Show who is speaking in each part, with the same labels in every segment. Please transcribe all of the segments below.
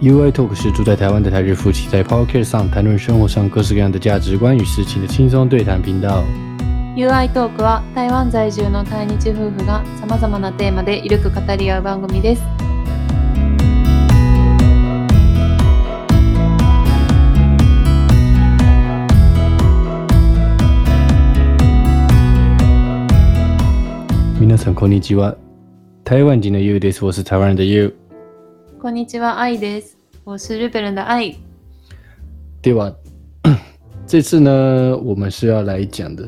Speaker 1: UI Talk 是住在台湾的台日夫妻在 Podcast 上谈论生活上各式各样的价值观与事情的轻松对谈频道。
Speaker 2: UI トークは台湾在住の対日夫婦がさまざまなテーマでゆるく語り合う番組です。
Speaker 1: 皆さんこんにちは。台湾人的 You です。我是台湾人的 You。
Speaker 2: こんにちは、愛です。我是日本人的愛。
Speaker 1: 对吧？ 这次呢，我们是要来讲 的。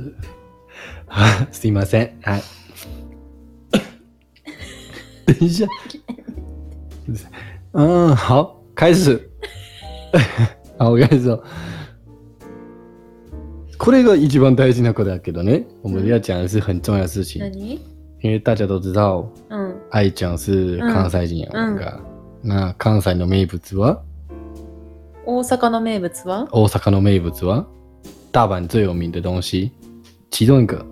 Speaker 1: 啊， すいません。はい。等一下。 嗯，好，开始。 好，我开始哦。これが一番大事なことだけどね。我们要讲的是很重要的事情，
Speaker 2: 何
Speaker 1: 因为大家都知道
Speaker 2: うん。
Speaker 1: 愛ちゃん是関西人やんか。那関西の名物は
Speaker 2: 大阪の名物は
Speaker 1: 大阪の名物は大阪最有名的东西，其中一个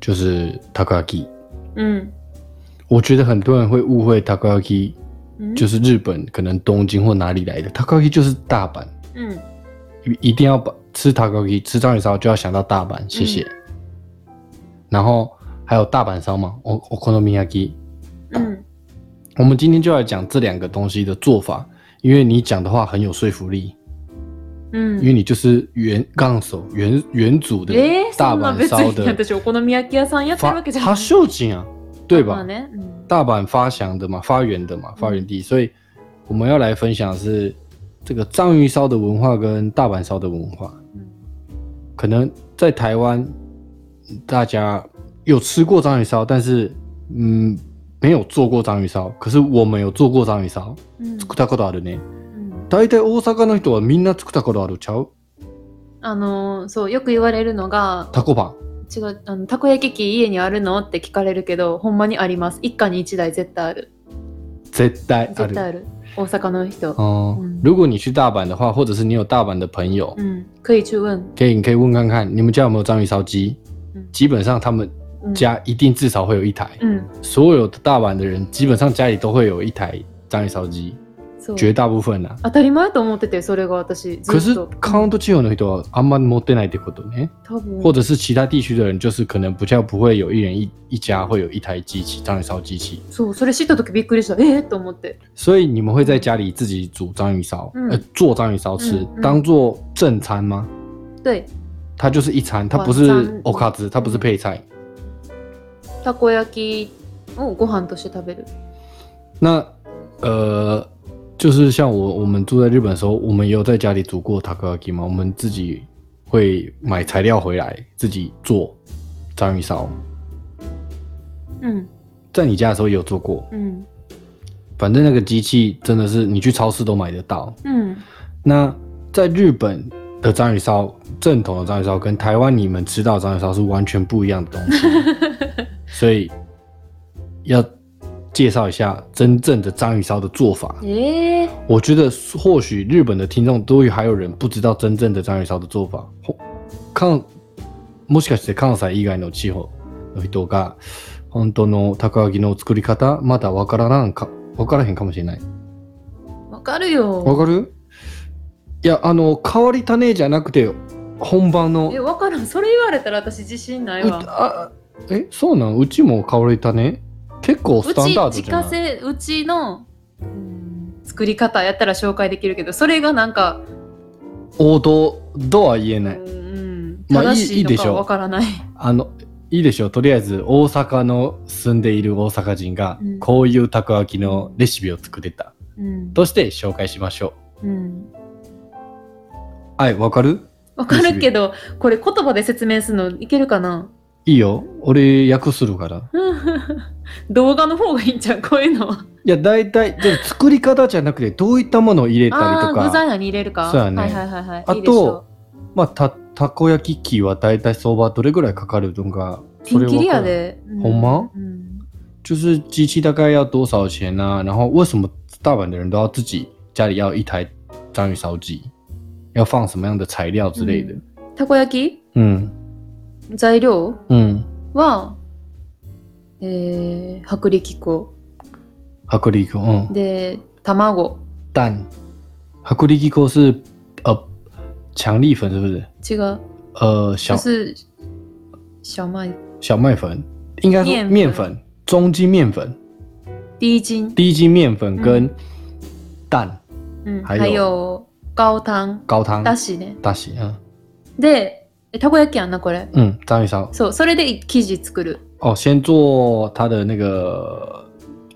Speaker 1: 就是塔 a 焼き。
Speaker 2: うん。
Speaker 1: 我觉得很多人会误会塔 a 焼き
Speaker 2: うん
Speaker 1: 就是日本可能东京或哪里来的，塔 a 焼き就是大阪，
Speaker 2: うん。
Speaker 1: 一定要把吃塔 a 焼き吃章鱼烧就要想到大阪，谢谢。然后还有大阪烧嘛，我我 k o n o m
Speaker 2: うん。
Speaker 1: 我们今天就来讲这两个东西的做法，因为你讲的话很有说服力。
Speaker 2: うん
Speaker 1: 因为。你就是原杠手原原主的
Speaker 2: えー、
Speaker 1: 大
Speaker 2: そんな
Speaker 1: 阪
Speaker 2: 別
Speaker 1: 烧
Speaker 2: に
Speaker 1: 的
Speaker 2: 私お好み焼き屋さんやってる
Speaker 1: 发
Speaker 2: わけじゃない。
Speaker 1: 发售景啊，对
Speaker 2: ま
Speaker 1: 吧？
Speaker 2: あね。うん
Speaker 1: 大阪发祥的嘛，发源的嘛，发源地，所以我们要来分享的是这个章鱼烧的文化跟大阪烧的文化。
Speaker 2: うん
Speaker 1: 可能在台湾大家有吃过章鱼烧，但是嗯没有做过章鱼烧，可是我们有做过章鱼烧，
Speaker 2: うん
Speaker 1: 作ったことあるね。
Speaker 2: うん
Speaker 1: 大体大阪の人はみんな作ったことあるちゃう？
Speaker 2: あのーそうよく言われるのが
Speaker 1: タコパン。
Speaker 2: 違うあのたこ焼き器家にあるのって聞かれるけどほんまにあります一家に一台絶対ある
Speaker 1: 絶対あ
Speaker 2: 絶
Speaker 1: る
Speaker 2: 対。ある大阪の人
Speaker 1: 哦、
Speaker 2: 嗯
Speaker 1: 如果你去大阪的话，或者是你有大阪的朋友，
Speaker 2: うん可以去问
Speaker 1: 可以你可以问看看，你们家有没有章鱼烧鸡？
Speaker 2: 嗯
Speaker 1: 基本上他们
Speaker 2: うん
Speaker 1: 家一定至少会有一台，
Speaker 2: うん
Speaker 1: 所有的大阪的人基本上家里都会有一台章鱼烧鸡，
Speaker 2: そう
Speaker 1: 绝大部分啊。
Speaker 2: 当たり前と思っててそれが私ず
Speaker 1: 可
Speaker 2: っ
Speaker 1: 是
Speaker 2: と
Speaker 1: 関東地方の人はあんまり持ってないってことね，
Speaker 2: 多分
Speaker 1: 或者是其他地区的人，就是可能不叫不会有一人一一家会有一台机器章鱼烧机器，
Speaker 2: そうそれ知った時びっくりしたえー、と思って
Speaker 1: 所以你们会在家里自己煮章鱼烧，
Speaker 2: 嗯
Speaker 1: 呃，做章鱼烧吃，
Speaker 2: 嗯嗯
Speaker 1: 当做正餐吗？
Speaker 2: で
Speaker 1: 它就是一餐，它不
Speaker 2: 晚
Speaker 1: 是
Speaker 2: 餐嗯
Speaker 1: 欧卡兹，它不是配菜。
Speaker 2: たこ焼きをご飯として食べる
Speaker 1: 那呃，就是像我我们住在日本的时候，我们也有在家里煮过 takoyaki 嘛，我们自己会买材料回来自己做章鱼烧。
Speaker 2: うん
Speaker 1: 在你家的时候也有做过，
Speaker 2: うん
Speaker 1: 反正那个机器真的是你去超市都买得到。
Speaker 2: うん
Speaker 1: 那在日本的章鱼烧，正统的章鱼烧跟台湾你们吃到的章鱼烧是完全不一样的东西，所以要介绍一下真正的章鱼烧的做法。
Speaker 2: えー、
Speaker 1: 我觉得或许日本的听众都还有人不知道真正的章鱼烧的做法。ほ関もしかして関西以外の地方の人が本当のたこ焼きの作り方まだわからなんかわからへんかもしれない。
Speaker 2: わかるよ
Speaker 1: わかるいやあの変わり種じゃなくて本番の
Speaker 2: えわからんそれ言われたら私自信ないうわ
Speaker 1: あえそうなんうちも変わり種結構
Speaker 2: う
Speaker 1: スタン
Speaker 2: ち
Speaker 1: ダード
Speaker 2: 自
Speaker 1: じゃ
Speaker 2: 家
Speaker 1: ない
Speaker 2: 製うちのうん作り方やったら紹介できるけどそれがなんか、
Speaker 1: 王道とは言え
Speaker 2: う
Speaker 1: ない、
Speaker 2: ん、
Speaker 1: まあ
Speaker 2: 正しい
Speaker 1: いいいいで
Speaker 2: の
Speaker 1: し
Speaker 2: か
Speaker 1: ょう
Speaker 2: わからない、
Speaker 1: あのいいでしょうとりあえず大阪の住んでいる大阪人が
Speaker 2: うん
Speaker 1: こういうたこ焼きのレシピを作ってた
Speaker 2: うん
Speaker 1: として紹介しましょ
Speaker 2: うん、
Speaker 1: うはいわかる
Speaker 2: わかるけどこれ言葉で説明するのいけるかない
Speaker 1: いよ俺訳するから
Speaker 2: 動画の方がいいんじゃんこういうのは。
Speaker 1: いや大体で作り方じゃなくてどういったものを入れたり
Speaker 2: ああ
Speaker 1: と
Speaker 2: ー
Speaker 1: か
Speaker 2: 具材何入れるか。
Speaker 1: そうやね
Speaker 2: はいはいはいはい。
Speaker 1: あ
Speaker 2: いいでしょ
Speaker 1: とまあ、た、たこ焼き器は大体相場どれぐらいかかるのか、
Speaker 2: うピンキリ
Speaker 1: 分
Speaker 2: や
Speaker 1: かる
Speaker 2: で。う
Speaker 1: ほんま
Speaker 2: うん
Speaker 1: 就是机器大概要多少钱呢、然后为什么大阪的人都要自己家里要一台章鱼烧机？要放什么样的材料之类的？
Speaker 2: たこ焼
Speaker 1: 嗯
Speaker 2: き材料
Speaker 1: 嗯，
Speaker 2: は、えー、薄力粉
Speaker 1: 薄力粉，嗯
Speaker 2: で卵。
Speaker 1: 蛋。薄力技巧是呃强力粉是不是？
Speaker 2: 違う。
Speaker 1: 呃，
Speaker 2: 就
Speaker 1: 小
Speaker 2: 是小麦。
Speaker 1: 小麦粉，应该说
Speaker 2: 面粉
Speaker 1: 面粉，中筋面粉、
Speaker 2: 低筋。
Speaker 1: 低筋面粉跟
Speaker 2: 嗯
Speaker 1: 蛋、
Speaker 2: うん。
Speaker 1: はい
Speaker 2: 还有高汤。
Speaker 1: 高汤、
Speaker 2: だしね。
Speaker 1: だし、うん、
Speaker 2: で、えたこ焼きやんな、これ。
Speaker 1: 嗯，张雨生
Speaker 2: そう、それで生地作る。
Speaker 1: 哦，先做它的那个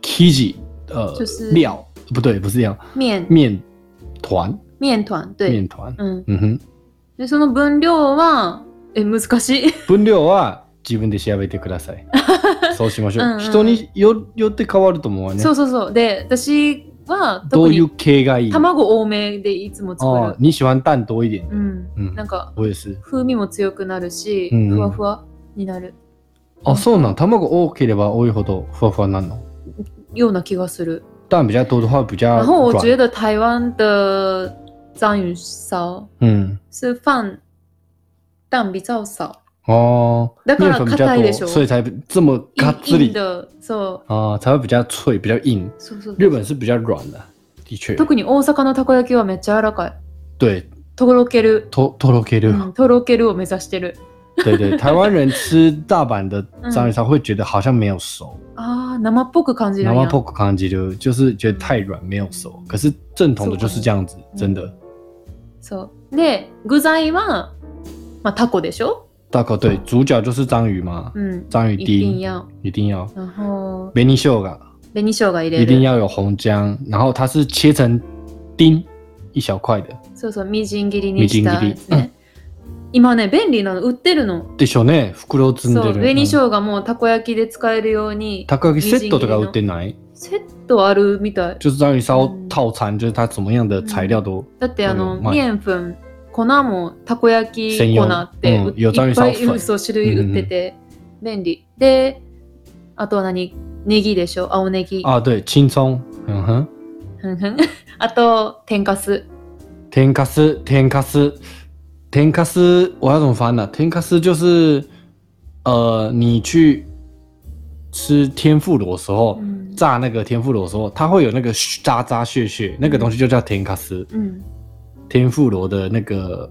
Speaker 1: kiji，呃
Speaker 2: 就是，
Speaker 1: 料不对，不是料，
Speaker 2: 面。
Speaker 1: 面团，
Speaker 2: 面团。对。
Speaker 1: 面团，
Speaker 2: うん。
Speaker 1: 嗯哼，
Speaker 2: で、その分量は、え、難しい。
Speaker 1: 分量は自分で調べてくだ さい。そうしましょ
Speaker 2: うんう
Speaker 1: う。
Speaker 2: ん
Speaker 1: 人によよって変わると思うわね
Speaker 2: そ。うそうそう。で、私は
Speaker 1: ど
Speaker 2: 特
Speaker 1: ういう
Speaker 2: に
Speaker 1: 系がいい？
Speaker 2: 卵多めでいつも
Speaker 1: 哦
Speaker 2: 作，る。
Speaker 1: 你喜欢蛋多一点。
Speaker 2: うん。
Speaker 1: うん
Speaker 2: なんか、
Speaker 1: 我也是。
Speaker 2: 風味も強くなるし、
Speaker 1: うんうん
Speaker 2: ふわふわになる
Speaker 1: あ、そうなん。卵多ければ多いほどふわふわになるの。
Speaker 2: ような気がする。
Speaker 1: 蛋比较多的话比较
Speaker 2: 然后我
Speaker 1: 软。
Speaker 2: 觉得台湾的章鱼烧
Speaker 1: 嗯，
Speaker 2: 是放蛋比较少，
Speaker 1: 哦，
Speaker 2: だか
Speaker 1: 面
Speaker 2: ら
Speaker 1: 粉比较
Speaker 2: 硬いでし
Speaker 1: 多，
Speaker 2: ょ。
Speaker 1: 所以才这么嘎
Speaker 2: 硬
Speaker 1: 吱
Speaker 2: 硬
Speaker 1: 里
Speaker 2: 的、そう、
Speaker 1: 啊，才会比较脆，比较硬。
Speaker 2: そうそう
Speaker 1: 日本是比较软的，的确。
Speaker 2: 特に大阪のたこ焼きはめっちゃ柔らかい。
Speaker 1: 对，
Speaker 2: とろける、
Speaker 1: ととろける。
Speaker 2: うんとろけるを目指してる。
Speaker 1: 对对， 台湾人吃大阪的章鱼烧会觉得好像没有熟，
Speaker 2: ああ、生っぽく感じる
Speaker 1: 然
Speaker 2: ん
Speaker 1: 后
Speaker 2: や。
Speaker 1: 破感觉就就是觉得太软没有熟。可是正统的嗯就是这样子，真的。
Speaker 2: そう。で、具材は、まあ、タコでしょ
Speaker 1: 大口对，主角就是章鱼嘛，
Speaker 2: うん。
Speaker 1: 章鱼
Speaker 2: 一品
Speaker 1: 丁
Speaker 2: や。
Speaker 1: 一定要。
Speaker 2: 然后、
Speaker 1: 梅尼秀嘎
Speaker 2: 紅生姜入れ
Speaker 1: 一定
Speaker 2: る。
Speaker 1: 要有红姜，然后它是切成丁一小块的。
Speaker 2: そうそう、みじん切りにしたやつ
Speaker 1: みじん切りう
Speaker 2: ね。今ね、便利なの売ってるの。
Speaker 1: でしょうね。袋詰ん
Speaker 2: そ
Speaker 1: で
Speaker 2: う、
Speaker 1: る。
Speaker 2: 紅生
Speaker 1: うん
Speaker 2: 姜もたこ焼きで使えるように、
Speaker 1: たこ焼きセットとか売ってない？
Speaker 2: セットあるみたい。
Speaker 1: 就是章鱼烧
Speaker 2: 嗯
Speaker 1: 套餐，就是它什么样的材料都
Speaker 2: だって
Speaker 1: う
Speaker 2: あの、
Speaker 1: んうまい
Speaker 2: 面粉、粉もたこ焼き粉って、
Speaker 1: 専用うん
Speaker 2: いっぱ
Speaker 1: 四谷さん
Speaker 2: いうんそう種類売ってて、便利。で、あとは何ネギでしょ青ネギ。
Speaker 1: 啊，对，青葱，嗯哼，
Speaker 2: ふんふん あと、天かす。
Speaker 1: 天卡斯，天卡斯，天卡斯，我要怎么翻呢、天卡斯就是呃，你去吃天妇罗的时候
Speaker 2: う。ん。
Speaker 1: 炸那个天妇罗的时候，它会有那个渣渣屑屑，那个东西就叫天卡斯，
Speaker 2: うん
Speaker 1: 天妇罗的那个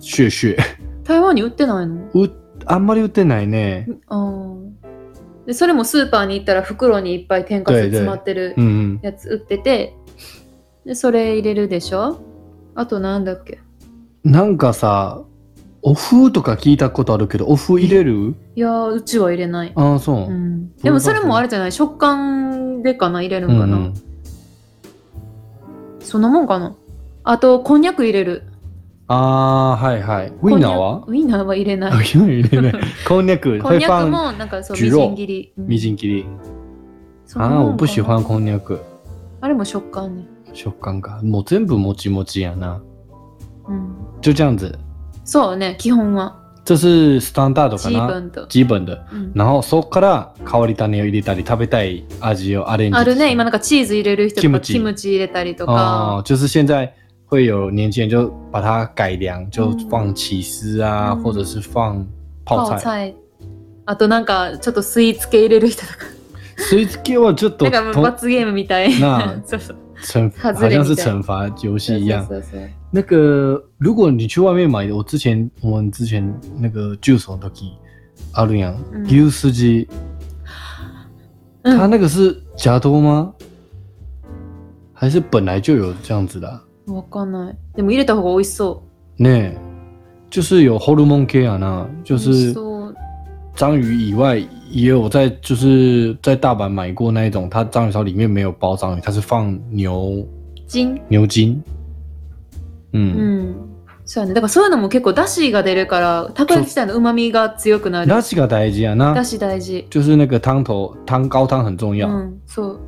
Speaker 1: 屑屑。
Speaker 2: 台湾に売ってないの
Speaker 1: うあんまり売ってないね。
Speaker 2: あーでそれもスーパーに行ったら袋にいっぱい天かす詰まってる
Speaker 1: うんうん。
Speaker 2: やつ売っててでそれ入れるでしょあとなんだっけ
Speaker 1: なんかさ、お風とか聞いたことあるけど、お風入れる
Speaker 2: いやーうちは入れない、
Speaker 1: ああ、そう。
Speaker 2: う
Speaker 1: うん
Speaker 2: ん、でもそれもあれじゃない食感でかな入れる
Speaker 1: うん
Speaker 2: かな、
Speaker 1: ん
Speaker 2: そんなもんかなあとこんにゃく入れる
Speaker 1: ああ、はいはい。ウィンナーは
Speaker 2: こんにゃくウインナーは入れ
Speaker 1: あウ
Speaker 2: ない
Speaker 1: ィンナー入れない。こんにゃく、
Speaker 2: こんにゃく
Speaker 1: 会放
Speaker 2: もなんかそうみ
Speaker 1: ジュ
Speaker 2: じ
Speaker 1: ロ
Speaker 2: ん切り、うん
Speaker 1: みじん切り。
Speaker 2: そんなもん
Speaker 1: ああ、
Speaker 2: かな
Speaker 1: 我不喜欢こんにゃく。
Speaker 2: あれも食感ね、
Speaker 1: 食感が。もう全部もちもちやな。
Speaker 2: うん、
Speaker 1: 就这样子。
Speaker 2: そうね基本は
Speaker 1: 这是スタンダード
Speaker 2: チ
Speaker 1: かな。
Speaker 2: ーブンと、
Speaker 1: 基本的。
Speaker 2: うん
Speaker 1: 然后そこから変わり種を入れたり食べたい味をアレンジ
Speaker 2: あるね、今
Speaker 1: の
Speaker 2: なんかチーズ入れる人
Speaker 1: キ
Speaker 2: と
Speaker 1: ム
Speaker 2: か
Speaker 1: チ
Speaker 2: キムチ入れたりと
Speaker 1: 哦
Speaker 2: か。，
Speaker 1: 就是现在会有年轻人就把它改良，就放起司啊，
Speaker 2: 嗯
Speaker 1: 或者是放泡菜。
Speaker 2: 菜。あとなんかちょっとスイーツ系入れる人とか。
Speaker 1: 所以给我就
Speaker 2: な
Speaker 1: 懂
Speaker 2: んかもう
Speaker 1: 同
Speaker 2: 罰ゲームみたい。
Speaker 1: なあ
Speaker 2: そうそう。
Speaker 1: 惩
Speaker 2: 卡兹
Speaker 1: 好
Speaker 2: 类
Speaker 1: 像是
Speaker 2: 比赛
Speaker 1: 惩罚游戏一样。
Speaker 2: そうそうそう
Speaker 1: 那个如果你去外面买，我之前我们之前那个 juice 的鸡阿伦阳
Speaker 2: 嗯
Speaker 1: juice 鸡，
Speaker 2: 嗯
Speaker 1: 它那个是加多吗？还是本来就有这样子的啊、
Speaker 2: そう。わかんない。でも入れた方が美味しそ
Speaker 1: ねえ就是有 hormone K 啊，那就
Speaker 2: う。美味
Speaker 1: 是
Speaker 2: しそう。
Speaker 1: 章鱼以外，也有在就是在大阪买过那一种，它章鱼烧里面没有包章鱼，它是放牛
Speaker 2: ジン。
Speaker 1: 牛筋。
Speaker 2: う
Speaker 1: 嗯，
Speaker 2: ん。そうやね。だからそういうのも結構だしが出るから、たこ焼き自体の旨味が強くなる
Speaker 1: 那。是个代志啊，那
Speaker 2: だし大事。
Speaker 1: 就是那个汤头汤高汤很重
Speaker 2: う
Speaker 1: 要。
Speaker 2: ん。そう。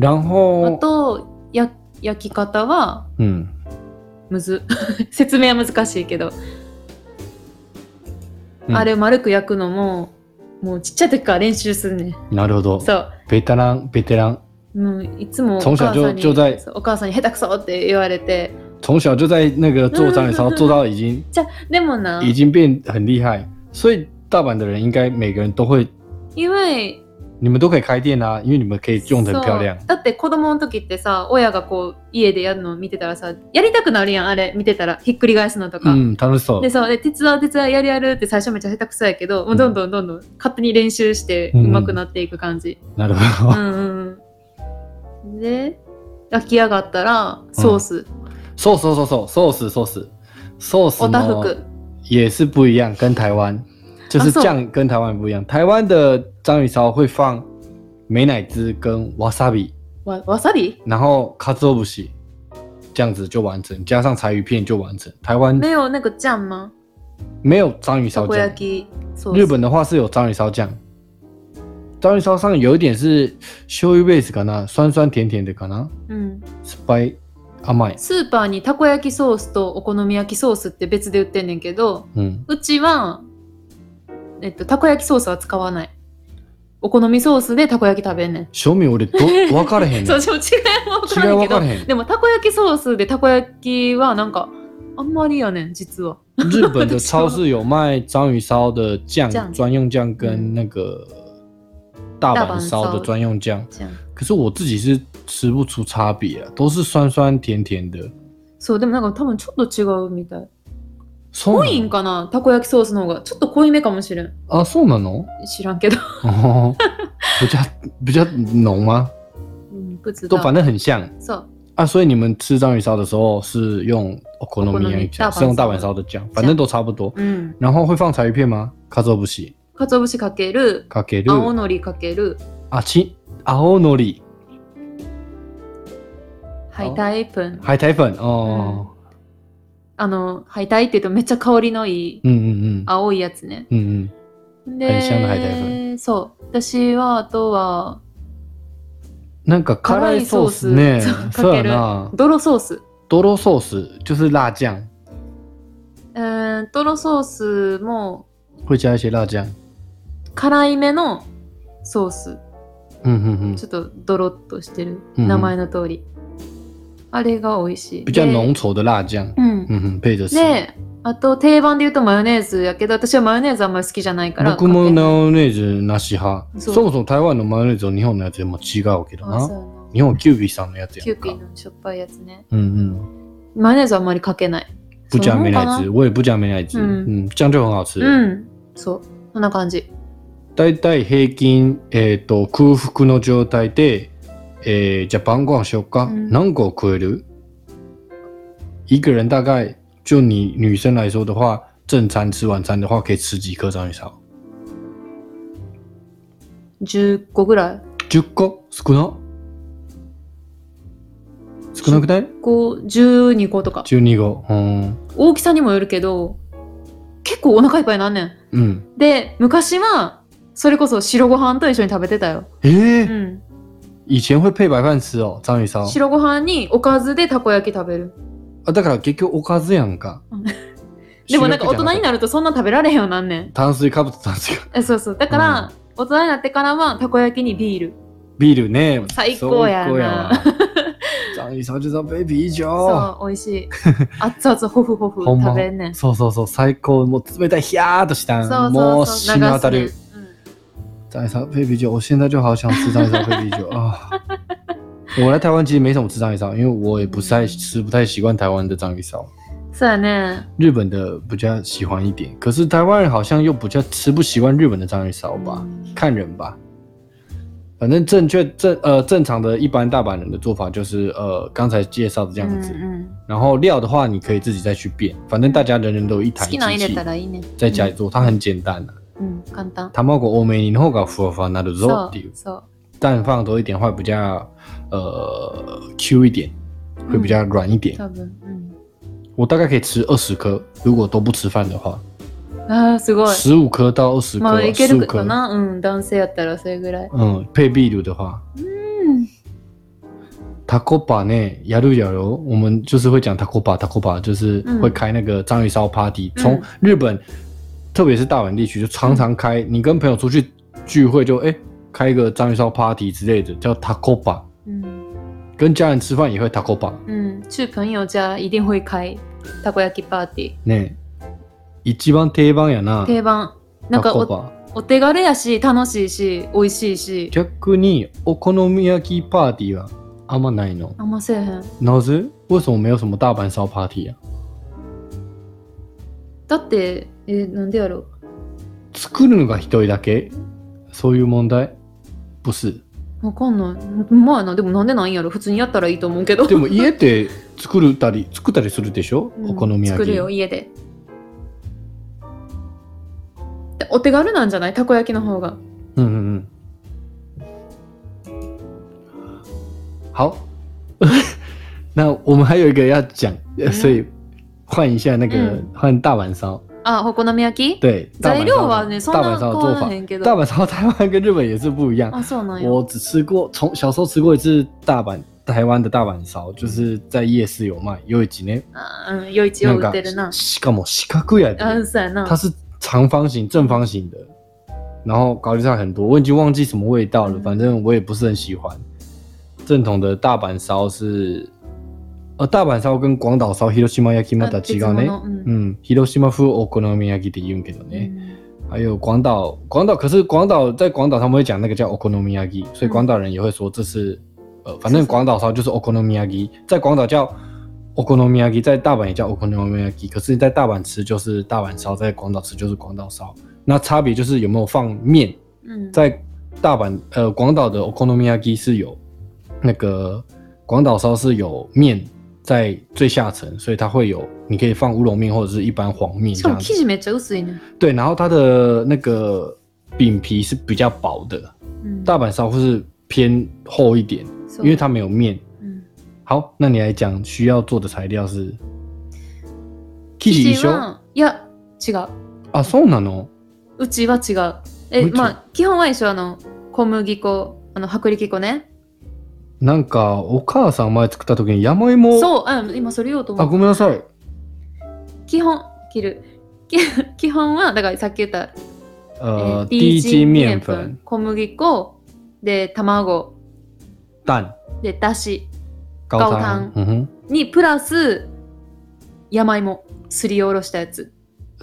Speaker 1: 然
Speaker 2: あ
Speaker 1: 后，
Speaker 2: と、や焼き方は、
Speaker 1: 嗯，
Speaker 2: むず。 説明は難しいけど。
Speaker 1: 嗯
Speaker 2: あれ丸く焼くのも、もうちっちゃい時から練習するね。
Speaker 1: なるほど。
Speaker 2: そう。
Speaker 1: ベテランベテラン，
Speaker 2: もういつもお
Speaker 1: 从小
Speaker 2: 母さ
Speaker 1: 就
Speaker 2: んに
Speaker 1: 就在
Speaker 2: そうお母さんに下手くそって言われて。
Speaker 1: 从小就在那个做章鱼烧，做到已经
Speaker 2: じゃ、でもな、
Speaker 1: 已经变很厉害，所以大阪的人应该每个人都会
Speaker 2: 因为
Speaker 1: 你们都可以开店啊，因为你们可以用得很漂亮
Speaker 2: そう。だって子供の時ってさ親がこう家でやるのを見てたらさやりたくなるやんあれ見てたらひっくり返すのと
Speaker 1: う
Speaker 2: か、
Speaker 1: ん、楽しそう
Speaker 2: で。そうで手伝う手伝うやるやるって最初めっちゃ下手くそやけどもうどんどんどんどん勝手に練習して
Speaker 1: うん
Speaker 2: 上手くなっていく感じ、
Speaker 1: なるほ
Speaker 2: う
Speaker 1: ど。
Speaker 2: んうんうん、で焼き上がったらソース、
Speaker 1: そうそうそうそう、ソースソース。ソース
Speaker 2: おたふ
Speaker 1: の
Speaker 2: く
Speaker 1: 也是不一样，跟台湾就是
Speaker 2: あそう
Speaker 1: 酱跟台湾不一样。台湾的章鱼烧会放美乃滋跟 wasabi，
Speaker 2: わわさび
Speaker 1: 然后 k a z o b u s h i 这样子就完成，加上柴鱼片就完成。台湾
Speaker 2: 没有那个酱吗？
Speaker 1: 没有啊章鱼
Speaker 2: た
Speaker 1: 烧
Speaker 2: こ
Speaker 1: 酱
Speaker 2: 焼，きソース。
Speaker 1: 日本的话是有章鱼烧酱。章鱼烧上有一点是醤油 base かな、酸酸甜甜的かな，
Speaker 2: うん。
Speaker 1: 酸っぱい甘い。
Speaker 2: スーパーにたこ焼きソースとお好み焼きソースって別で売ってんねんけど、
Speaker 1: 嗯，
Speaker 2: うちは、えっと、たこ焼きソースは使わない。お好みソースでたこ焼き食べんね
Speaker 1: 正味俺ど分からへん
Speaker 2: ん。
Speaker 1: ね
Speaker 2: そ
Speaker 1: ん
Speaker 2: う、。でも違いは
Speaker 1: 違い分
Speaker 2: 分からんけ
Speaker 1: か
Speaker 2: ど
Speaker 1: ら。へん。
Speaker 2: でもたこ焼きソースでたこ焼きはなんか、あんまりやねん、実は。
Speaker 1: 日本的超市有卖章鱼烧的酱，
Speaker 2: 酱
Speaker 1: 专用酱跟那个大阪烧的专用酱，
Speaker 2: じゃん
Speaker 1: 可是我自己是吃不出差别啊，都是酸酸甜甜的。
Speaker 2: そう、でもなんか多分ちょっと違うみたい。
Speaker 1: そう
Speaker 2: 濃
Speaker 1: ない
Speaker 2: ん
Speaker 1: の
Speaker 2: かなたこ焼きソースの方が。ちょっと濃いめかもしれん。
Speaker 1: 啊，そうなの？
Speaker 2: 知らんけど。
Speaker 1: 哦， 比较比较浓吗？
Speaker 2: うん、不知
Speaker 1: 都
Speaker 2: 道。
Speaker 1: 反正很像
Speaker 2: そう。
Speaker 1: 啊，所以你们吃章鱼烧的时候是用
Speaker 2: 哦
Speaker 1: okonomiyaki 酱，
Speaker 2: 啊大阪烧
Speaker 1: 是用大阪烧的酱，反正都差不多。
Speaker 2: うん。
Speaker 1: 然后会放柴鱼片吗？カツオ節、
Speaker 2: かつお節かける、
Speaker 1: かける、
Speaker 2: 青のりかける、
Speaker 1: あち、啊青のり。
Speaker 2: ハイタイプン。
Speaker 1: 海苔粉哦，
Speaker 2: あの、ハイタイって言うとめっちゃ香りのいい
Speaker 1: 嗯嗯嗯
Speaker 2: 青いやつね。
Speaker 1: 嗯嗯，ハイシャンのハイタイ
Speaker 2: で、そう。私は、あとは、
Speaker 1: なんか辛いソースね
Speaker 2: 辛いソース、
Speaker 1: そうやな。
Speaker 2: 泥ソース。
Speaker 1: ドロソース就是辣酱，
Speaker 2: えー、泥ソースも、
Speaker 1: 会加一些辣酱。
Speaker 2: 辛いめのソース。
Speaker 1: 嗯嗯嗯，
Speaker 2: ちょっとドロッとしてる。
Speaker 1: うんうん
Speaker 2: 名前の通り。あれが美味しい。
Speaker 1: 比较
Speaker 2: で
Speaker 1: 浓稠的辣酱，
Speaker 2: うん。
Speaker 1: 嗯哼，配着吃。
Speaker 2: で、あと定番で言うとマヨネーズやけど、私はマヨネーズあんまり好きじゃないから。
Speaker 1: 僕も
Speaker 2: かけ
Speaker 1: マ
Speaker 2: ない
Speaker 1: ヨネーズなし派。
Speaker 2: そう
Speaker 1: そもそも台湾のマヨネーズと日本のやつでも違うけど
Speaker 2: あそう
Speaker 1: な。
Speaker 2: やな
Speaker 1: 日本はキュービーさんのやつや
Speaker 2: キュ
Speaker 1: ん
Speaker 2: ーピ
Speaker 1: か
Speaker 2: ー。のしょっぱいやつね。
Speaker 1: うん
Speaker 2: マヨネーズあんまりかけない。
Speaker 1: うん。不加
Speaker 2: そん
Speaker 1: 美
Speaker 2: な
Speaker 1: 乃
Speaker 2: もんかな
Speaker 1: 滋，我也不加美乃滋。
Speaker 2: うん
Speaker 1: 嗯，这样就很好吃。
Speaker 2: うん。そう。そんな感じ。
Speaker 1: だいたい平均、えー、と空腹の状態で、えーじゃあ晩ご飯しようか、
Speaker 2: うん
Speaker 1: 何個食える一个人大概就你女生来说的话，正餐吃晚餐的话，可以吃几颗章鱼烧？
Speaker 2: 10個ぐらい。
Speaker 1: 十個？少な？少なくない？
Speaker 2: こう、12個とか。
Speaker 1: 十二個。うん。
Speaker 2: 大きさにもよるけど、結構お腹いっぱいなんねん。
Speaker 1: うん。
Speaker 2: で、昔は、それこそ白ご飯と一緒に食べてたよ。
Speaker 1: え
Speaker 2: う
Speaker 1: ー
Speaker 2: ん。
Speaker 1: 以前会配白飯吃哦，章鱼烧。
Speaker 2: 白ご飯におかずでたこ焼き食べる。
Speaker 1: あだから結局おかずやんか
Speaker 2: うん。でもなんか大人に
Speaker 1: る。
Speaker 2: なるとそんな食べられへんようになんねん。
Speaker 1: 炭水化物炭水化物。
Speaker 2: えそうそう。だから、大人になってからはたこ焼きにビール。
Speaker 1: ビールね。
Speaker 2: 最高やな
Speaker 1: 最高わ。 张一超就说杯啤酒。
Speaker 2: そう、美味し い。熱々ホフホフ
Speaker 1: ほんま
Speaker 2: 食べんねん。そ
Speaker 1: そうそうそう、最高。もう冷たいヒャーっとし
Speaker 2: う
Speaker 1: た
Speaker 2: そうそ
Speaker 1: ん。
Speaker 2: う。
Speaker 1: もう
Speaker 2: 流
Speaker 1: 死
Speaker 2: す
Speaker 1: に
Speaker 2: ね
Speaker 1: 当たる。
Speaker 2: うん
Speaker 1: 张一超杯啤酒，我现在就好想吃张一超杯啤酒 啊！我来台湾其实没怎么吃章鱼烧，因为我也不是太吃不太习惯台湾的章鱼烧，
Speaker 2: そうやね。
Speaker 1: 日本的比较喜欢一点。可是台湾人好像又比较吃不习惯日本的章鱼烧吧，看人吧。反正正确正呃正常的一般大阪人的做法就是呃刚才介绍的这
Speaker 2: う
Speaker 1: 样
Speaker 2: ん
Speaker 1: 子，
Speaker 2: うん
Speaker 1: 然后料的话，你可以自己再去变，反正大家人人都有一台
Speaker 2: 好
Speaker 1: 机
Speaker 2: きなん入れ
Speaker 1: 器
Speaker 2: た，らいいね。
Speaker 1: 在家里做，它很简单的、啊。
Speaker 2: うん、簡単。
Speaker 1: 卵多めにの方がふわふわになるぞっていう，
Speaker 2: そう。
Speaker 1: 蛋放多一点会比较呃 Q 一点，会比较软一点。
Speaker 2: 多分。
Speaker 1: 我大概可以吃二十颗，如果都不吃饭的话，
Speaker 2: うん、ああ、すごい。
Speaker 1: 十五颗到二十
Speaker 2: ま
Speaker 1: 颗
Speaker 2: あ、，いけ
Speaker 1: 十五
Speaker 2: るか
Speaker 1: 颗。
Speaker 2: な。うん、男性やったらそれぐらい。
Speaker 1: 嗯，配秘鲁的话，
Speaker 2: うん。
Speaker 1: 塔コ巴呢，雅鲁雅柔，我们就是会讲塔コ巴，塔コ巴就是会开那个章鱼烧 party，、
Speaker 2: 嗯
Speaker 1: 从日本，特别是大阪地区，就常常开。你跟朋友出去聚会就哎、开一个章鱼烧 party 之类的，叫塔コ巴。
Speaker 2: うん。
Speaker 1: 跟家人吃饭也会塔コ巴
Speaker 2: うん。中朋友じゃあ、一定会会。たこ焼きパーティー。
Speaker 1: ね。一番定番やな。
Speaker 2: 定番。なん
Speaker 1: タ
Speaker 2: か
Speaker 1: コ
Speaker 2: お、
Speaker 1: バ。
Speaker 2: お手軽やし楽しいし美味しいし
Speaker 1: 逆にお好み焼きパーティーはあんまないの
Speaker 2: あんませえへん
Speaker 1: なぜ为什么没有什么大阪烧 party や
Speaker 2: だってえーなんでやろう
Speaker 1: 作るのが一人だけそういう問題不是
Speaker 2: わかんないまあなでもなんでないんやろ普通にやったらいいと思うけど
Speaker 1: でも家で作るたり作ったりするでしょ、
Speaker 2: うん
Speaker 1: お好み焼
Speaker 2: 作るよ
Speaker 1: き
Speaker 2: 家ででお手軽なんじゃないたこ焼きの方が
Speaker 1: うんうんうん好那我们还有一个要讲
Speaker 2: 嗯
Speaker 1: 所以换一下那个
Speaker 2: 嗯
Speaker 1: 换大阪烧
Speaker 2: あお好み焼き
Speaker 1: 对大
Speaker 2: 材
Speaker 1: 阪
Speaker 2: 料
Speaker 1: 烧
Speaker 2: は
Speaker 1: 的
Speaker 2: ねそん
Speaker 1: 大阪
Speaker 2: な
Speaker 1: 烧
Speaker 2: 変
Speaker 1: 的做法
Speaker 2: わらへんけ
Speaker 1: 大
Speaker 2: ど
Speaker 1: 阪烧台湾跟日本也是不一样
Speaker 2: あそうなんや
Speaker 1: 我只吃过从小时候吃过一次大阪台湾的大阪烧就是在夜市有卖有几年
Speaker 2: あうん夜市
Speaker 1: 那
Speaker 2: を売
Speaker 1: 个
Speaker 2: ってるな
Speaker 1: しかも四角やで
Speaker 2: あそうやな
Speaker 1: 它是长方形、正方形的，然后高丽菜很多，我已经忘记什么味道了，
Speaker 2: 嗯
Speaker 1: 反正我也不是很喜欢。正统的大阪烧是，呃，大阪烧跟广岛烧 （Hiroshima yaki） ま
Speaker 2: あ
Speaker 1: た違
Speaker 2: 別
Speaker 1: うね。
Speaker 2: 物うん
Speaker 1: 嗯，Hiroshima 風お好み焼きって言うんけど
Speaker 2: う
Speaker 1: ね。
Speaker 2: ん
Speaker 1: 还有广岛，广岛可是广岛在广岛他们会讲那个叫 okonomiyaki，所以广岛人也会说这是，呃，反正广岛烧就是 okonomiyaki，在广岛叫 okonomiyaki，在大阪也叫 okonomiyaki，可是在大阪吃就是大阪烧，在广岛吃就是广岛烧。那差别就是有没有放面，
Speaker 2: うん
Speaker 1: 在大阪呃广岛的 okonomiyaki 是有那个广岛烧是有面在最下层，所以它会有你可以放乌龙面或者是一般黄面
Speaker 2: し
Speaker 1: 这
Speaker 2: か
Speaker 1: 样
Speaker 2: も
Speaker 1: 子
Speaker 2: 生。地めっちゃ薄いね
Speaker 1: 对，然后它的那个饼皮是比较薄的，
Speaker 2: うん
Speaker 1: 大阪烧会是偏厚一点，
Speaker 2: そう
Speaker 1: 因为它没有面。
Speaker 2: うん
Speaker 1: 好，那你来讲需要做的材料是生
Speaker 2: 生
Speaker 1: 地一
Speaker 2: 地
Speaker 1: 緒
Speaker 2: はいや違う
Speaker 1: 啊，そうなの？
Speaker 2: うちは違う。え、
Speaker 1: うち
Speaker 2: まあ、基本は一緒あの、小麦粉、あの、薄力粉ね。
Speaker 1: なんかお母さん前作った時に山芋
Speaker 2: そう、あ、今それ言おうと
Speaker 1: あ
Speaker 2: 思
Speaker 1: ご
Speaker 2: う。
Speaker 1: めんなさい。
Speaker 2: 基本、切る。き 基本は、だからさっき言った、
Speaker 1: 呃，
Speaker 2: ー
Speaker 1: 第一筋面粉、
Speaker 2: 小麦粉、で、卵、
Speaker 1: 蛋、
Speaker 2: で、だし
Speaker 1: 高
Speaker 2: 高
Speaker 1: 汤
Speaker 2: 汤，
Speaker 1: 嗯哼，
Speaker 2: に、プラス、山芋、すりおろしたやつ。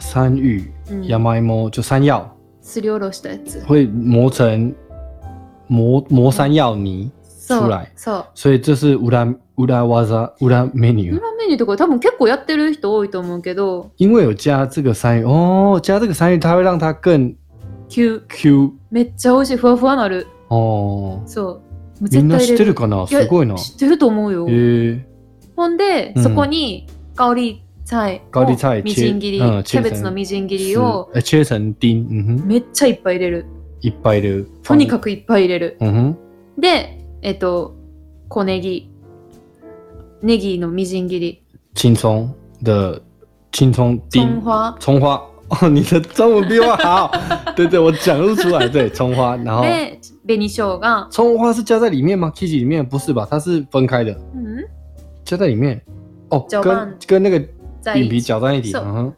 Speaker 1: 山芋、
Speaker 2: うん
Speaker 1: 山芋就山药
Speaker 2: すりおろしたやつ。
Speaker 1: 会磨成磨磨山药泥出
Speaker 2: そう
Speaker 1: 来。。
Speaker 2: そう。
Speaker 1: 所以这是乌拉乌拉瓦扎乌拉 menu，
Speaker 2: 裏メニューとか多分結構やってる人多いと思うけど、
Speaker 1: 因为有加这个山芋哦，加这个山芋它会让它更
Speaker 2: 急、
Speaker 1: Q
Speaker 2: めっちゃ美味しい、ふわふわなる。
Speaker 1: 哦。
Speaker 2: そう。もう
Speaker 1: み
Speaker 2: 絶
Speaker 1: んな
Speaker 2: 対
Speaker 1: 知
Speaker 2: 入
Speaker 1: って
Speaker 2: れ
Speaker 1: るかない
Speaker 2: や
Speaker 1: すごいな。
Speaker 2: 知ってると思うよ。
Speaker 1: え
Speaker 2: ほんで、
Speaker 1: うん
Speaker 2: そこにガリ菜
Speaker 1: ガリ菜
Speaker 2: をみじん切り、
Speaker 1: うん
Speaker 2: キャベツのみじん切りを
Speaker 1: え切成丁，嗯哼，
Speaker 2: めっちゃいっぱい入れる。
Speaker 1: いっぱいいる。
Speaker 2: とにか
Speaker 1: く，
Speaker 2: くいっぱい入れる。
Speaker 1: 嗯哼，
Speaker 2: で、えっと、小ネギ、ネギのみじん切り、
Speaker 1: 青葱的青葱
Speaker 2: 葱
Speaker 1: 丁，
Speaker 2: 花
Speaker 1: 葱花。哦，你的中文比我 好。对对，我讲不出来。对，葱花，然后
Speaker 2: で、紅生姜、
Speaker 1: 葱花是加在里面吗？Kitty 里面不是吧？它是分开的，
Speaker 2: うん、
Speaker 1: 加在里面。哦，
Speaker 2: 搅
Speaker 1: 跟
Speaker 2: 拌
Speaker 1: 跟那个
Speaker 2: 在
Speaker 1: 饼皮
Speaker 2: 一起
Speaker 1: 搅在一起。
Speaker 2: そう
Speaker 1: 嗯哼。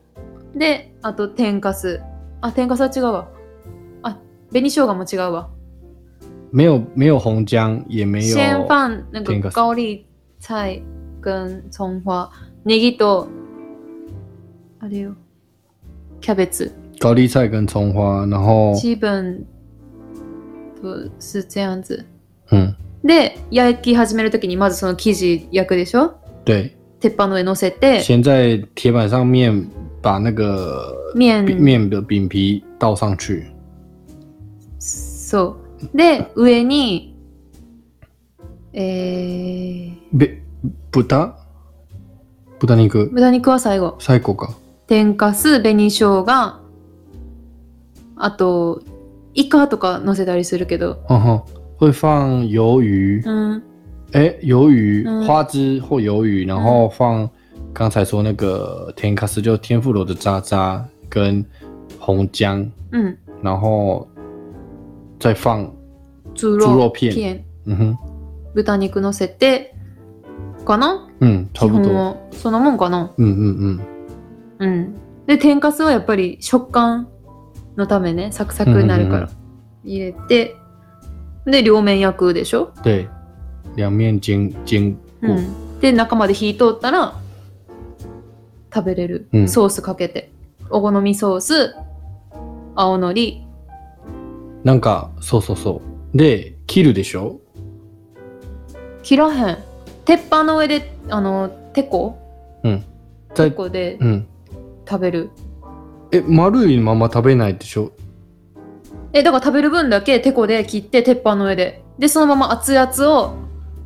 Speaker 2: で、あと天かす。あ、天かすは違うわ。あ、紅生姜も違うわ。
Speaker 1: 没有没有红姜，也没有
Speaker 2: 先放那
Speaker 1: 天
Speaker 2: 个
Speaker 1: かす
Speaker 2: 高丽菜跟葱花、ネギとあれよキャベツ。
Speaker 1: 高丽菜跟葱花，然后
Speaker 2: 基本と是这样子。
Speaker 1: 嗯，
Speaker 2: で焼き始めるときにまずその生地焼くでしょ。
Speaker 1: 对，
Speaker 2: 鉄板の上乗せて
Speaker 1: 先在铁板上面把那个
Speaker 2: 面
Speaker 1: 饼面的饼皮倒上去，
Speaker 2: そう。で上にえー、
Speaker 1: べ豚豚肉
Speaker 2: 豚肉は最後。
Speaker 1: 最後か。
Speaker 2: 天かす紅生姜あとイカとか乗せたりするけど
Speaker 1: 嗯哼，会放鱿鱼，
Speaker 2: うん
Speaker 1: 哎、鱿鱼、
Speaker 2: 嗯
Speaker 1: 花枝或鱿鱼，然后放刚才说那个天卡斯，就是天妇罗的渣渣跟红姜，
Speaker 2: うん
Speaker 1: 然后再放
Speaker 2: 猪
Speaker 1: 猪
Speaker 2: 肉
Speaker 1: 肉片
Speaker 2: 片
Speaker 1: 嗯哼。
Speaker 2: 豚肉乗せてかな
Speaker 1: 嗯，差
Speaker 2: 基
Speaker 1: 不
Speaker 2: 本
Speaker 1: 多。
Speaker 2: はそのもんかな
Speaker 1: 嗯嗯嗯，
Speaker 2: うんで天かすはやっぱり食感のためねサクサクになるから入れてで両面焼くでしょ、
Speaker 1: 对，两面煎煎过。嗯
Speaker 2: うん、で中まで火通ったら食べれる、
Speaker 1: うん
Speaker 2: ソースかけてお好みソース青のり
Speaker 1: なんかそうそうそうで切るでしょ
Speaker 2: 切らへん鉄板の上であのてこ
Speaker 1: だ
Speaker 2: て
Speaker 1: い
Speaker 2: こで
Speaker 1: うん
Speaker 2: 食べる
Speaker 1: え丸いまま食べないでしょ
Speaker 2: えだから食べる分だけてこで切って鉄板の上ででそのまま熱々を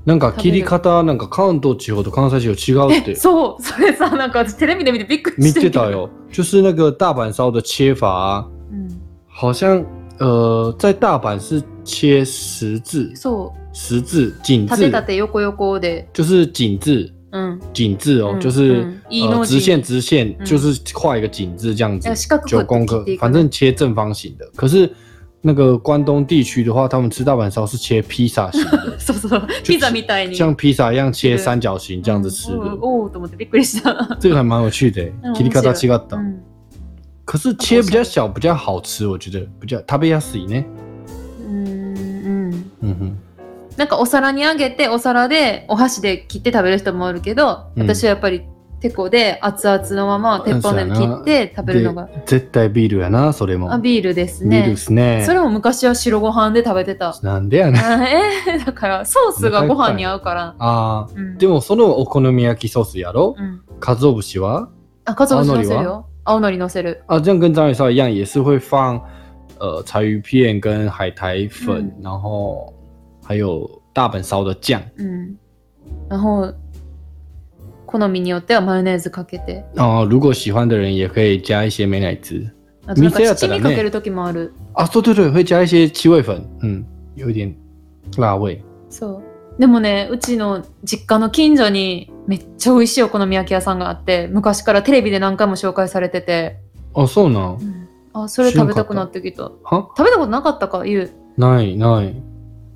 Speaker 1: なんか
Speaker 2: 食べる
Speaker 1: 切り方なんか関東地方と関西地方違うって
Speaker 2: え そうそれさなんか私テレビで見てびっくり
Speaker 1: 見
Speaker 2: して
Speaker 1: てた、よ就是那个大阪烧的切法啊
Speaker 2: うん、
Speaker 1: 好像呃在大阪是切十字
Speaker 2: そう
Speaker 1: 十字井
Speaker 2: 縦
Speaker 1: 字
Speaker 2: 縦横横で
Speaker 1: 就是井字
Speaker 2: うん
Speaker 1: 井字哦
Speaker 2: うん
Speaker 1: 就是、
Speaker 2: うんいいの
Speaker 1: 呃、
Speaker 2: 字
Speaker 1: 直线直线、
Speaker 2: 嗯
Speaker 1: 就是画一个井字这样子
Speaker 2: だから，四角く
Speaker 1: 九宫
Speaker 2: 切っ
Speaker 1: 格
Speaker 2: てい，く，
Speaker 1: 反正切正方形的。可是那个关东地区的话，他们吃大阪烧是切披萨型的
Speaker 2: そうそう
Speaker 1: ちょ
Speaker 2: ピザみたいに
Speaker 1: 像披萨一样切三角形这样子吃
Speaker 2: うん
Speaker 1: 的，
Speaker 2: おおと思ってびっくりした、
Speaker 1: 这个还蛮有趣的。
Speaker 2: 嗯
Speaker 1: 切り方違っ
Speaker 2: う
Speaker 1: た。
Speaker 2: ん、
Speaker 1: 可是切比较小比较好吃，我觉得比较食べやすいね。
Speaker 2: うんうん
Speaker 1: 嗯哼，
Speaker 2: なんかお皿にあげてお皿でお箸で切って食べる人もあるけど、
Speaker 1: うん
Speaker 2: 私はやっぱりテコで熱々のまま鉄板で切って食べるのが
Speaker 1: で絶対ビールやな、それも。
Speaker 2: あビールです
Speaker 1: ビール
Speaker 2: ね
Speaker 1: ですね
Speaker 2: そ。れも昔は白ご飯で食べてた
Speaker 1: なんでやねん。
Speaker 2: あえだからソースがご飯に合うから、
Speaker 1: あー
Speaker 2: うん
Speaker 1: でもそのお好み焼きソースやろ
Speaker 2: うん、
Speaker 1: 鰹節は
Speaker 2: あかつお節乗せ
Speaker 1: 青
Speaker 2: る
Speaker 1: のり
Speaker 2: よ青のり乗せる
Speaker 1: 啊，这样跟章鱼烧一样，也是会放呃柴鱼片跟海苔粉，
Speaker 2: 嗯
Speaker 1: 然后还有大阪烧的酱
Speaker 2: うん然后好みによってはマヨネーズかけて
Speaker 1: 哦、如果喜欢的人也可以加一些美乃滋
Speaker 2: あとなんか
Speaker 1: 店やった
Speaker 2: 七
Speaker 1: らね
Speaker 2: 味かける時もある、
Speaker 1: 啊，对对对，会加一些七味粉，嗯，有一点辣味。
Speaker 2: そうでもねうちの実家の近所にめっちゃ美味しいお好み焼き屋さんがあって昔からテレビで何回も紹介されてて、
Speaker 1: 哦，そうなん。
Speaker 2: あそれ食べたくなってきた
Speaker 1: は？
Speaker 2: 食べたことなかったかゆう
Speaker 1: ないない。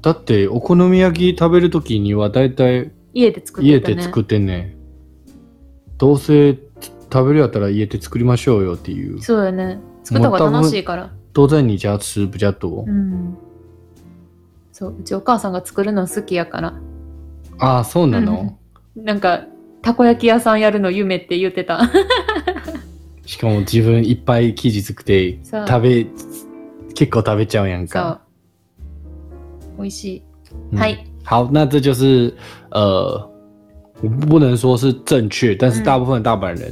Speaker 1: だってお好み焼き食べるときにはだいたい
Speaker 2: 家で作っ
Speaker 1: 家
Speaker 2: てたね
Speaker 1: で作ってんね。どうせ食べるやったら家で作りましょうよっていう。
Speaker 2: そうよね作った方が楽しいから
Speaker 1: 都在你家吃比较多。
Speaker 2: うんそううちお母さんが作るの好きやから
Speaker 1: ああ、そうなの。
Speaker 2: うんなんかたこ焼き屋さんやるの夢って言って た
Speaker 1: しかも自分いっぱい生地作って
Speaker 2: そう
Speaker 1: 食べ結構食べちゃうやん
Speaker 2: そ
Speaker 1: か
Speaker 2: う。美味しい
Speaker 1: 嗯
Speaker 2: はい。
Speaker 1: 好，那这就是呃，我不能说是正确，但是
Speaker 2: 嗯
Speaker 1: 大部分大阪人、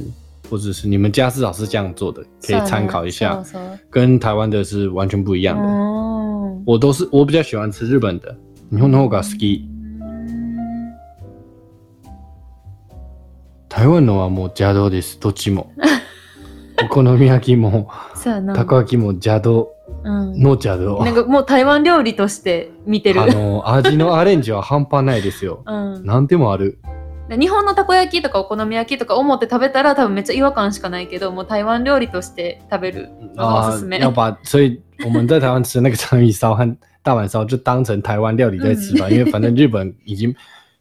Speaker 1: 或者是你们家至少是这样做的，可以参考一下，
Speaker 2: そうね
Speaker 1: 跟台湾的是完全不一
Speaker 2: そう
Speaker 1: 样
Speaker 2: そう
Speaker 1: 的。
Speaker 2: うん
Speaker 1: 我都是我比较喜欢吃日本的，日本の方が好き。台湾のはもう邪道です。どっち も。お好み焼きも
Speaker 2: そうやな。
Speaker 1: たこ焼きも邪道
Speaker 2: うん。
Speaker 1: の邪道。
Speaker 2: なんかもう台湾料理として見てる
Speaker 1: あ。の味のアレンジは半端ないですよ。
Speaker 2: うん、
Speaker 1: なんでもある。
Speaker 2: 日本のたこ焼きとかお好み焼きとか思って食べたら多分めっちゃ違和感しかないけどもう台湾料理として食べるのがお
Speaker 1: 啊
Speaker 2: すすめ。
Speaker 1: 要把所以我们在台湾吃那个章鱼烧和大阪烧就当成台湾料理在吃吧，因为反正日本已经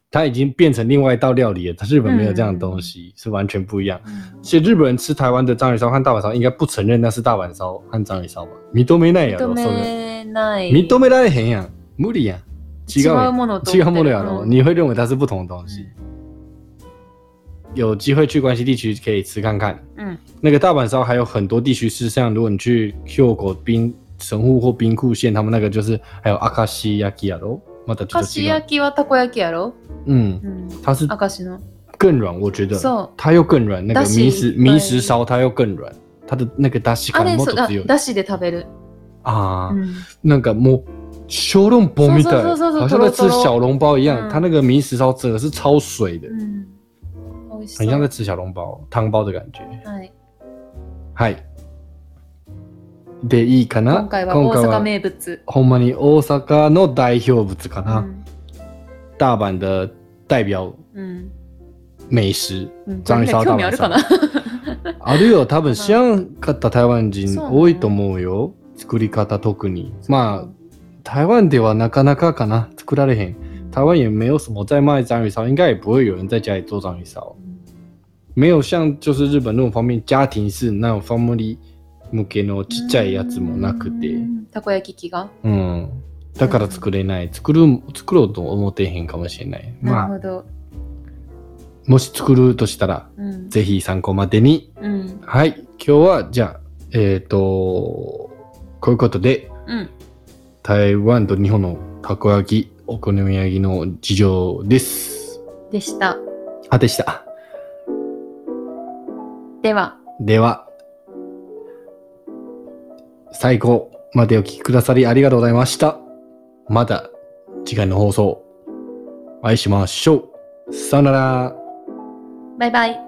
Speaker 1: 它已经变成另外一道料理了，它日本没有这样的东西，是完全不一样。
Speaker 2: うん
Speaker 1: 其实日本人吃台湾的章鱼烧和大阪烧，应该不承认那是大阪烧和章鱼烧吧？認めないや
Speaker 2: 認
Speaker 1: ろ、それ。
Speaker 2: めない。
Speaker 1: 認められへんやん。無理やん。違
Speaker 2: 違
Speaker 1: う
Speaker 2: う
Speaker 1: やん
Speaker 2: ものと
Speaker 1: 違
Speaker 2: 思っ
Speaker 1: うも
Speaker 2: てる。
Speaker 1: のやろ。
Speaker 2: うん
Speaker 1: 你会认为它是不同的东西。有机会去关西地区可以吃看看。
Speaker 2: うん。
Speaker 1: 那个大阪烧还有很多地区是像，如果你去 Q 国冰神户或兵库县，他们那个就是还有阿卡西亚基亚罗，またちょっ
Speaker 2: か
Speaker 1: と
Speaker 2: し
Speaker 1: 違う
Speaker 2: 焼きはたこ焼きやろ
Speaker 1: 嗯，
Speaker 2: うん。
Speaker 1: 它是
Speaker 2: 明石の。
Speaker 1: 更软，我觉得
Speaker 2: そう。
Speaker 1: 它又更软。那个
Speaker 2: だし
Speaker 1: 迷石
Speaker 2: いっぱい
Speaker 1: 迷石烧它又更软，它的啊那个达西
Speaker 2: あ
Speaker 1: 感
Speaker 2: れ、
Speaker 1: もっ
Speaker 2: そう
Speaker 1: と
Speaker 2: だ
Speaker 1: 強い
Speaker 2: だしで食べる。
Speaker 1: 啊
Speaker 2: う，ん
Speaker 1: 那个もう小笼包みたい
Speaker 2: そうそうそうそう
Speaker 1: 好像在吃
Speaker 2: トロトロ
Speaker 1: 小笼包一样。
Speaker 2: 嗯
Speaker 1: 它那个迷石烧整个是超水的
Speaker 2: う，ん。美味し
Speaker 1: 很像
Speaker 2: そ
Speaker 1: 在
Speaker 2: う。
Speaker 1: 吃小笼包汤包的感觉。
Speaker 2: はい。
Speaker 1: はい。でいいかな
Speaker 2: 今回は大阪名物。
Speaker 1: ほんまに大阪の代表物か
Speaker 2: う
Speaker 1: な。
Speaker 2: ん。
Speaker 1: 大阪的代表
Speaker 2: うん。
Speaker 1: 美食。
Speaker 2: うん
Speaker 1: 残り
Speaker 2: これみんな興
Speaker 1: サウ
Speaker 2: 味ある
Speaker 1: ダ
Speaker 2: か
Speaker 1: ー
Speaker 2: な
Speaker 1: あるよ、多分知らんかった台湾人
Speaker 2: そうね
Speaker 1: 多いと思うよ。作り方特に。 まあ、台湾ではなかなかかな。作られへん。台湾也没有什么在卖章鱼烧，应该也不会有人在家里做章鱼烧。没有像就是日本那种方面家庭式那种 family 向けのちっちゃいやつもなくて。
Speaker 2: うんたこ焼き器が
Speaker 1: うん。だから作れない。作る、作ろうと思ってへんかもしれない。
Speaker 2: な
Speaker 1: ま
Speaker 2: る
Speaker 1: あ、
Speaker 2: ほど、
Speaker 1: もし作るとしたら、
Speaker 2: うん
Speaker 1: ぜひ参考までに。
Speaker 2: うん
Speaker 1: はい。今日は、じゃあ、えっ、と、こういうことで、
Speaker 2: うん
Speaker 1: 台湾と日本のたこ焼き、お好み焼きの事情です。
Speaker 2: でした。
Speaker 1: あ、でした。
Speaker 2: では、
Speaker 1: では、最後までお聞きくださりありがとうございました。また次回の放送、お会いしましょう。さよなら。
Speaker 2: バイバイ。